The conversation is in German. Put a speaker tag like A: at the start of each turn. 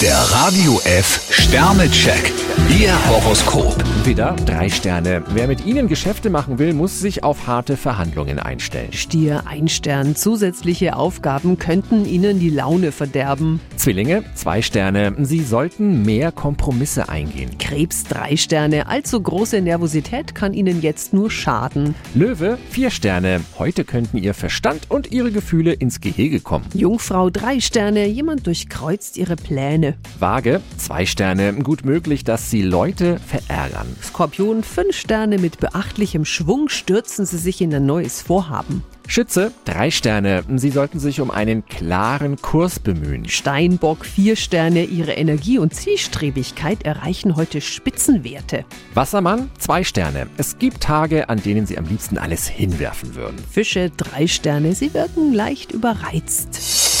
A: Der Radio F Sternecheck. Ihr Horoskop.
B: Widder, drei Sterne. Wer mit Ihnen Geschäfte machen will, muss sich auf harte Verhandlungen einstellen.
C: Stier, ein Stern. Zusätzliche Aufgaben könnten Ihnen die Laune verderben.
B: Zwillinge, zwei Sterne. Sie sollten mehr Kompromisse eingehen.
C: Krebs, drei Sterne. Allzu große Nervosität kann Ihnen jetzt nur schaden.
B: Löwe, vier Sterne. Heute könnten Ihr Verstand und Ihre Gefühle ins Gehege kommen.
C: Jungfrau, drei Sterne. Jemand durchkreuzt Ihre Pläne.
B: Waage, zwei Sterne. Gut möglich, dass Sie Leute verärgern.
C: Skorpion, fünf Sterne. Mit beachtlichem Schwung stürzen Sie sich in ein neues Vorhaben.
B: Schütze, drei Sterne. Sie sollten sich um einen klaren Kurs bemühen.
C: Steinbock, vier Sterne. Ihre Energie und Zielstrebigkeit erreichen heute Spitzenwerte.
B: Wassermann, zwei Sterne. Es gibt Tage, an denen Sie am liebsten alles hinwerfen würden.
C: Fische, drei Sterne. Sie wirken leicht überreizt.